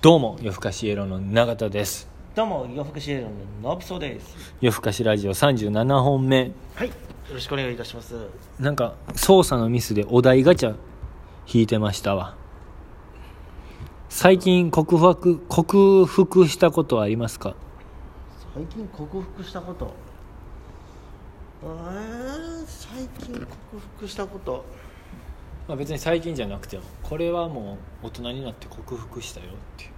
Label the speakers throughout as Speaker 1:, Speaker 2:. Speaker 1: どうも夜更かしイエローの永田です
Speaker 2: どうも、洋服シエロののぶそうです。
Speaker 1: 夜更かしラジオ37本目
Speaker 2: はい、よろしくお願いいたします。
Speaker 1: なんか操作のミスでお題ガチャ引いてましたわ最近克服克服したことはありますか
Speaker 2: 最近克服したこと。えー、最近克服したこと。
Speaker 1: まあ、別に最近じゃなくてもこれはもう大人になって克服したよっていう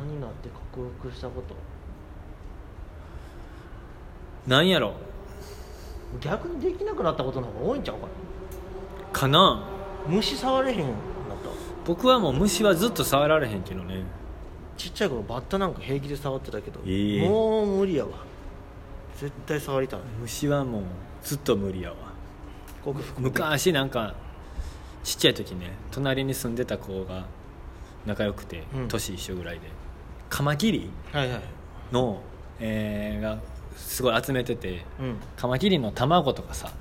Speaker 2: 大人になって克服したこと。
Speaker 1: なんやろ
Speaker 2: 逆にできなくなったことの方が多いんちゃうか
Speaker 1: かな
Speaker 2: な。虫触れへんようになった。
Speaker 1: 僕はもう虫はずっと触られへんけどね
Speaker 2: ちっちゃい頃バッタなんか平気で触ってたけど、
Speaker 1: ええ
Speaker 2: もう無理やわ。絶対触りたない。
Speaker 1: 虫はもうずっと無理やわ
Speaker 2: 克服。
Speaker 1: 昔なんかちっちゃい時ね隣に住んでた子が仲良くて
Speaker 2: うん
Speaker 1: 年一緒ぐらいで、カマキリ
Speaker 2: はいはい。
Speaker 1: の、えーがすごい集めてて
Speaker 2: うん。
Speaker 1: カマキリの卵とかさ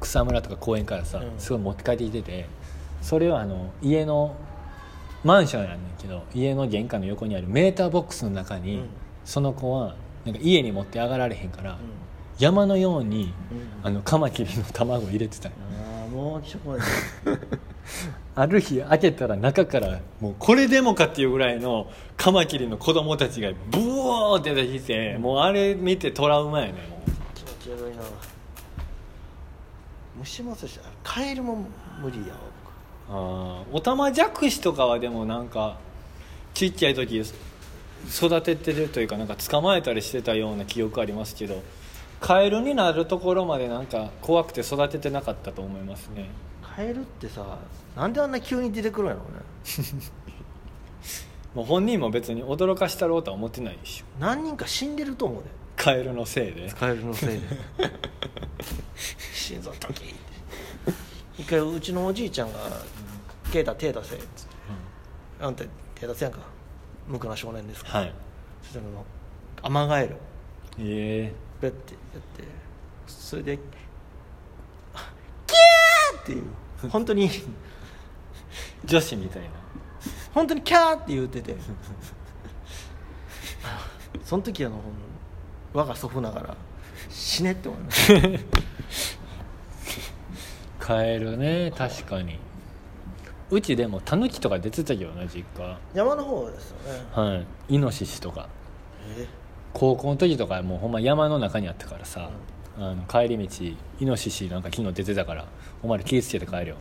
Speaker 1: 草むらとか公園からさ、
Speaker 2: うん
Speaker 1: すごい持って帰ってきててそれをあの家のマンションやねんけど家の玄関の横にあるメーターボックスの中に、
Speaker 2: うん
Speaker 1: その子はなんか家に持って上がられへんから、山のように
Speaker 2: うん
Speaker 1: あのカマキリの卵を入れてたんよ
Speaker 2: ああ、もうちょ こい。
Speaker 1: ある日開けたら中からもうこれでもかっていうぐらいのカマキリの子供たちがブオーって出てきてもうあれ見てトラウマやねも
Speaker 2: 気持ち悪いな虫もそうしカエルも無理やわ
Speaker 1: うあーおたまじゃくしとかはでもなんかちっちゃい時育ててるというかなんか捕まえたりしてたような記憶ありますけどカエルになるところまでなんか怖くて育ててなかったと思いますね
Speaker 2: 僕カエルってさなんであんな急に出てくるんやろうね
Speaker 1: もう本人も別に驚かしたろうとは思ってないでしょ
Speaker 2: 何人か死んでると思うで
Speaker 1: カエルのせいで
Speaker 2: カエルのせい で心臓ドキッて一回うちのおじいちゃんが「ケイタ手出せ」っつって「あんた手出せやんか無垢な少年ですか
Speaker 1: はい」
Speaker 2: そしたらもうアマガエル
Speaker 1: ええ
Speaker 2: ペッてやってそれでキャーっ ていう本当に
Speaker 1: 女子みたいな
Speaker 2: 本当にキャーって言って てその時あの我が祖父ながら死ねって思いま した
Speaker 1: カエルね確かにうちでもタヌキとか出てたけどね実家
Speaker 2: 山の方ですよね
Speaker 1: はいイノシシとか
Speaker 2: え
Speaker 1: 高校の時とかもうほんま山の中にあったからさ、あの帰り道イノシシなんか昨日出てたからお前ら気ぃつけて帰れよ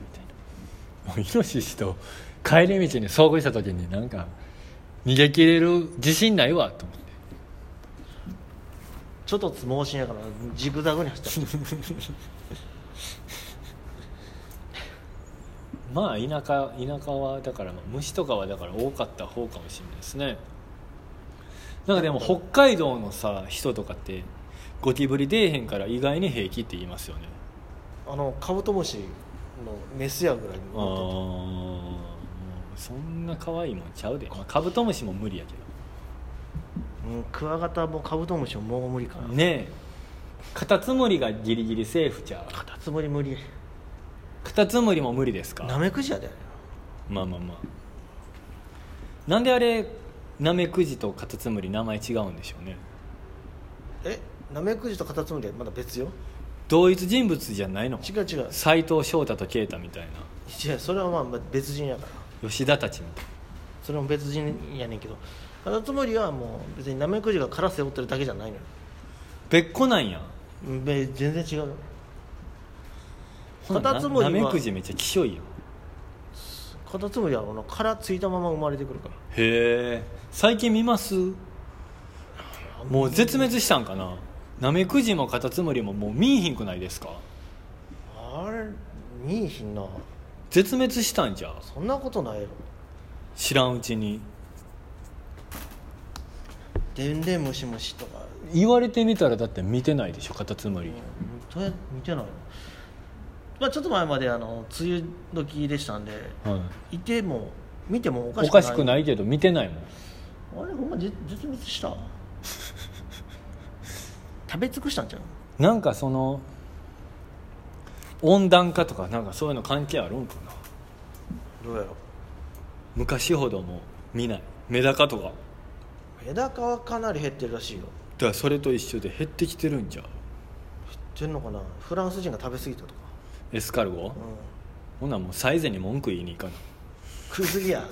Speaker 1: みたいなもうイノシシと帰り道に遭遇した時になんか逃げ切れる自信ないわと思って
Speaker 2: ちょっとつ盲信やからジグザグに走った
Speaker 1: まあ田舎田舎はだからまあ虫とかはだから多かった方かもしれないですねなんかでも北海道のさ人とかってゴキブリ出えへんから意外に平気って言いますよね
Speaker 2: あのカブトムシのメスやぐらいに
Speaker 1: ああそんな可愛いもんちゃうで、まあ、カブトムシも無理やけ
Speaker 2: うんクワガタもカブトムシももう無理か
Speaker 1: ど
Speaker 2: な、
Speaker 1: ねえカタツムリがギリギリセーフちゃう
Speaker 2: カタツムリ無理
Speaker 1: カタツムリも無理ですか
Speaker 2: ナメクジやで
Speaker 1: まあまあまあなんであれナメクジとカタツムリ名前違うんでしょうね
Speaker 2: えナメクジとカタツムリはまだ別よ
Speaker 1: 同一人物じゃないの
Speaker 2: 違う違う
Speaker 1: 斎藤翔太と啓太みたいな
Speaker 2: 違うそれはまあまあ別人やから
Speaker 1: 吉田たちみたいな
Speaker 2: それも別人やねんけどカタツムリはもう別にナメクジが殻背負ってるだけじゃないのよ
Speaker 1: 別個なんや
Speaker 2: うんべ全然違うよ
Speaker 1: ほ
Speaker 2: カ
Speaker 1: な
Speaker 2: タツムリ
Speaker 1: なめ
Speaker 2: は
Speaker 1: くじめっちゃ希少いよ
Speaker 2: カタツムリはあの殻ついたまま生まれてくるか
Speaker 1: へえ最近見ます
Speaker 2: ら
Speaker 1: もう絶滅したんかななめくじもカタツムリももう見えひんくないですか
Speaker 2: あれ見えひんな
Speaker 1: 絶滅したんじゃ
Speaker 2: そんなことないよ
Speaker 1: 知らんうちに
Speaker 2: でんでんムシムシとか
Speaker 1: 言われてみたらだって見てないでしょカタツムリ
Speaker 2: とえ見てないのまあちょっと前まであの梅雨時でしたんで
Speaker 1: はい
Speaker 2: ても見てもおか
Speaker 1: い、お
Speaker 2: しくな
Speaker 1: か
Speaker 2: い
Speaker 1: しくないけど見てないもん
Speaker 2: あれほんま絶絶滅した 食べ尽くしたんちゃう
Speaker 1: なんかその温暖化とかなんかそういうの関係あるんかな
Speaker 2: どうやろ
Speaker 1: 昔ほどもう見ないメダカとかだか
Speaker 2: メダカはかなり減ってるらしいよ
Speaker 1: らそれと一緒で減ってきてるんじゃう
Speaker 2: 減ってんのかなフランス人が食べ過ぎたとか
Speaker 1: エスカルゴ、
Speaker 2: うん
Speaker 1: ほんならもうサイゼに文句言いに行かな
Speaker 2: 食い すぎや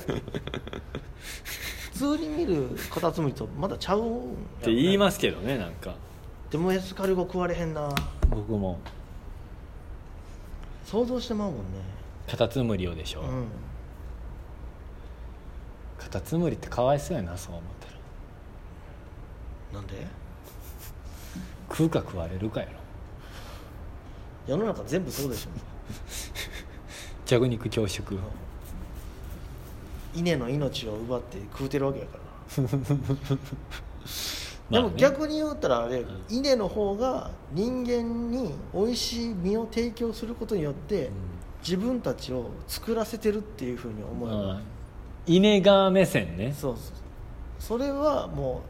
Speaker 2: 普通に見るカタツムリとまだちゃうんやろね
Speaker 1: って言いますけどねなんか
Speaker 2: でもエスカルゴ食われへんな
Speaker 1: 僕も
Speaker 2: 想像してまうもんね
Speaker 1: カタツムリをでしょ、
Speaker 2: うん
Speaker 1: カタツムリってかわいそうやなそう思ったら
Speaker 2: なんで
Speaker 1: 食うか食われるかやろ
Speaker 2: 世の中全部そうでしょ
Speaker 1: 弱肉強食、
Speaker 2: 稲の命を奪って食うてるわけやから
Speaker 1: ま
Speaker 2: な、
Speaker 1: あね
Speaker 2: でも逆に言ったらあれ、稲の方が人間に美味しい実を提供することによって、自分たちを作らせてるっていうふうに思えば、
Speaker 1: まあ稲川目線ね
Speaker 2: そうそうそれはも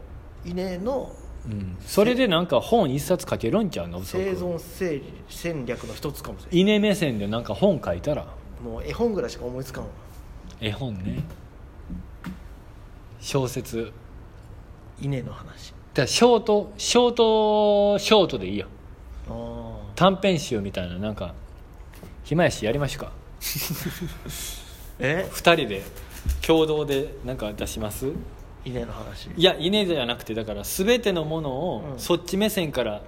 Speaker 2: う稲の
Speaker 1: うん、それでなんか本一冊書けるんちゃうの
Speaker 2: 生存整理戦略の一つかもしれ
Speaker 1: 稲目線でなんか本書いたら
Speaker 2: ないもう絵本ぐらいしか思いつかんわ
Speaker 1: 絵本ね小説
Speaker 2: 稲の話
Speaker 1: だからショートショートショートでいいよ
Speaker 2: ああ
Speaker 1: 短編集みたいななんか暇やしやりましょうか
Speaker 2: え
Speaker 1: 2人で共同でなんか出します
Speaker 2: 稲の話
Speaker 1: いや稲じゃなくてだから全てのものを
Speaker 2: うん
Speaker 1: そっち目線から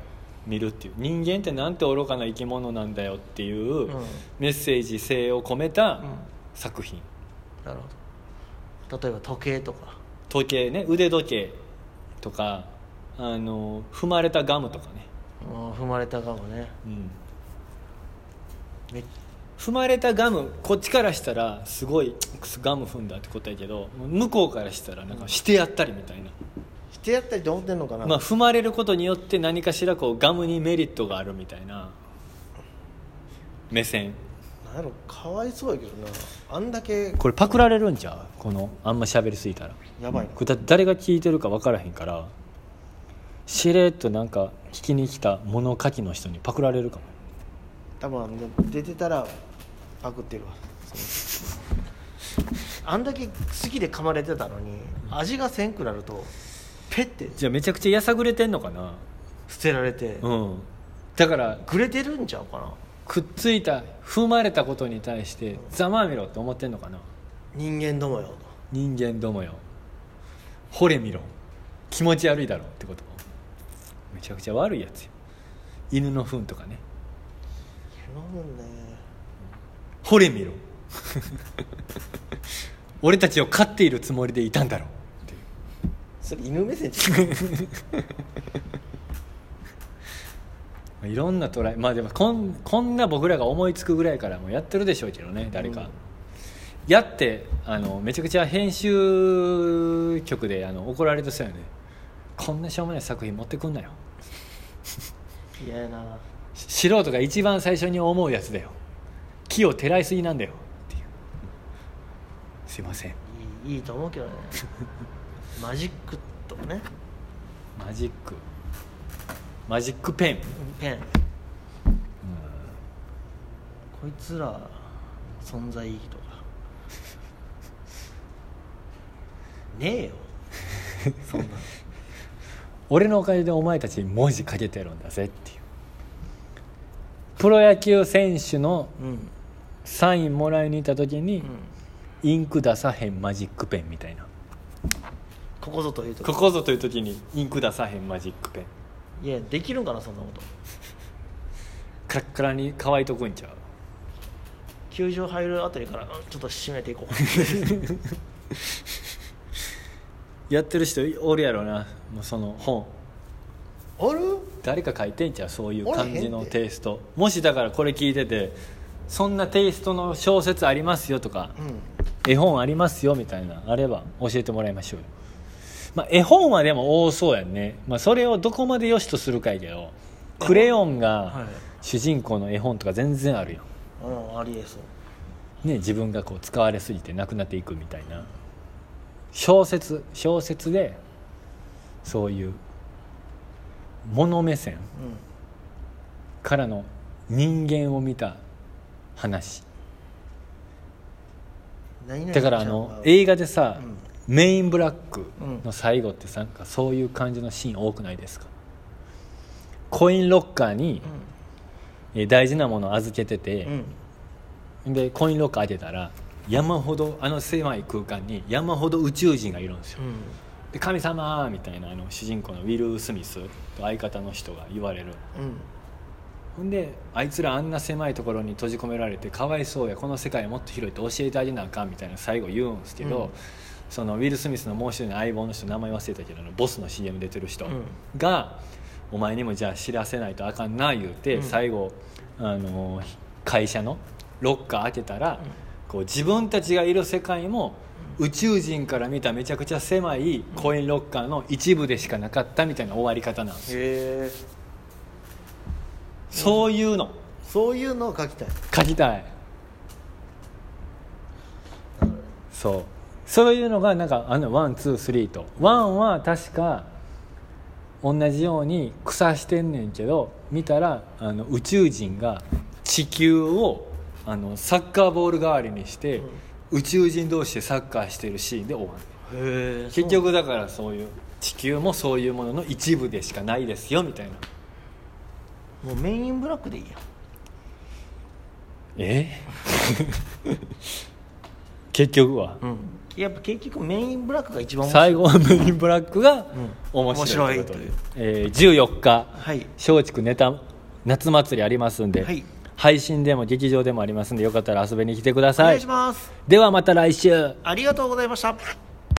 Speaker 1: 見るっていう人間ってなんて愚かな生き物なんだよっていう
Speaker 2: うん
Speaker 1: メッセージ性を込めた
Speaker 2: うん
Speaker 1: 作品
Speaker 2: なるほど例えば時計とか
Speaker 1: 時計ね腕時計とかあの踏まれたガムとかね、
Speaker 2: うん踏まれたかもね
Speaker 1: うん、
Speaker 2: め
Speaker 1: 踏まれたガムこっちからしたらすごいくそガム踏んだってことやけど向こうからしたらなんかしてやったりみたいな、
Speaker 2: してやったりと思ってんのかな、
Speaker 1: まあ、踏まれることによって何かしらこうガムにメリットがあるみたいな目線
Speaker 2: なんやろかわいそうやけどなあんだけ
Speaker 1: これパクられるんちゃうこのあんま喋りすぎたら
Speaker 2: やばいな
Speaker 1: これだ誰が聞いてるか分からへんからしれっとなんか聞きに来た物書きの人にパクられるかも
Speaker 2: 多分ね出てたらパクってるわあんだけ好きで噛まれてたのに味がせんくなるとペッて
Speaker 1: じゃあめちゃくちゃやさぐれてんのかな
Speaker 2: 捨てられて、
Speaker 1: うんだから
Speaker 2: くれてるんちゃうかな
Speaker 1: くっついた踏まれたことに対してざまあみろって思ってんのかな
Speaker 2: 人間どもよ
Speaker 1: 人間どもよ惚れみろ気持ち悪いだろってことめちゃくちゃ悪いやつよ犬の糞とかね
Speaker 2: 飲むね
Speaker 1: 惚れみろ 俺たちを飼っているつもりでいたんだろっていう
Speaker 2: それ犬目線ちゃう
Speaker 1: まあいろんなトライまあでもこんこんな僕らが思いつくぐらいからもうやってるでしょうけどね誰か、
Speaker 2: うん
Speaker 1: やってあのめちゃくちゃ編集局であの怒られてたよねこんなしょうもない作品持ってくんなよ
Speaker 2: 嫌やな
Speaker 1: し素人が一番最初に思うやつだよ木を照らいすぎなんだよっていうすいません
Speaker 2: いいいいと思うけどねマジックとかね
Speaker 1: マジックマジックペン
Speaker 2: ペンこいつら存在意義とか ねえよそんなの
Speaker 1: 俺のおかげでお前たちに文字書けてるんだぜっていうプロ野球選手の
Speaker 2: うん
Speaker 1: サインもらいに行った時に、
Speaker 2: うん
Speaker 1: インク出さへんマジックペンみたいな
Speaker 2: ここぞというと
Speaker 1: ここぞという時にインク出さへんマジックペン
Speaker 2: いやできるんかなそんなこと
Speaker 1: カラッカラに乾いとくんちゃう
Speaker 2: 球場入るあたりからうんちょっと締めていこう
Speaker 1: やってる人おるやろなもうその本
Speaker 2: ある
Speaker 1: 誰か書いてんちゃうそういう
Speaker 2: おらへん
Speaker 1: 感
Speaker 2: て
Speaker 1: じのテイストもしだからこれ聞いててそんなテイストの小説ありますよとか
Speaker 2: う
Speaker 1: 絵本ありますよみたいなあれば教えてもらいましょうよ、まあ、絵本はでも多そうやんね、まあ、それをどこまで良しとするかやけどクレヨン
Speaker 2: は
Speaker 1: が
Speaker 2: い
Speaker 1: 主人公の絵本とか全然あるよ、
Speaker 2: んうんありえそう
Speaker 1: ね、自分がこう使われすぎてなくなっていくみたいな小説小説でそういう物目線
Speaker 2: うん
Speaker 1: からの人間を見た話
Speaker 2: 何々
Speaker 1: だからあ
Speaker 2: ちゃん
Speaker 1: の
Speaker 2: は
Speaker 1: 映画でさ、
Speaker 2: うん
Speaker 1: メインブラックの最後ってさなんかそういう感じのシーン多くないですかコインロッカーにえー大事なものを預けてて、
Speaker 2: うん
Speaker 1: でコインロッカー開けたら山ほどあの狭い空間に山ほど宇宙人がいるんですよ、で神様みたいなあの主人公のウィル・スミスと相方の人が言われる
Speaker 2: うんうん
Speaker 1: ほんであいつらあんな狭いところに閉じ込められてかわいそうやこの世界もっと広いと教えてあげなあかんみたいな最後言うんですけど、
Speaker 2: うん
Speaker 1: そのウィル・スミスのもう一人の相棒の人名前忘れたけどあのボスの CM 出てる人
Speaker 2: うん
Speaker 1: が、お前にもじゃあ知らせないとあかんな」言うて、
Speaker 2: うん
Speaker 1: 最後あの会社のロッカー開けたら、
Speaker 2: うん
Speaker 1: こう自分たちがいる世界も宇宙人から見ためちゃくちゃ狭いコインロッカーの一部でしかなかったみたいな終わり方なんですよ、
Speaker 2: へえ
Speaker 1: そういうの
Speaker 2: そういうのを書きたい
Speaker 1: 書きたいそうそういうのがなんかあのワンツースリーとワンは確か同じように草してんねんけど見たらあの宇宙人が地球をあのサッカーボール代わりにして、宇宙人同士でサッカーしてるシーンで終わる
Speaker 2: へえ
Speaker 1: 結局だからそういう地球もそういうものの一部でしかないですよみたいな
Speaker 2: もうメインブラックでいいや
Speaker 1: え 結局は
Speaker 2: うんやっぱ結局メインブラックが一番面白い
Speaker 1: 最後はメインブラックが
Speaker 2: うん
Speaker 1: 面白いということで
Speaker 2: 面
Speaker 1: えー14日
Speaker 2: はい
Speaker 1: 松竹ネタ夏祭りありますんで、
Speaker 2: はい
Speaker 1: 配信でも劇場でもありますんでよかったら遊びに来てくだ
Speaker 2: お
Speaker 1: さ
Speaker 2: 願い
Speaker 1: い
Speaker 2: します
Speaker 1: ではまた来週
Speaker 2: ありがとうございました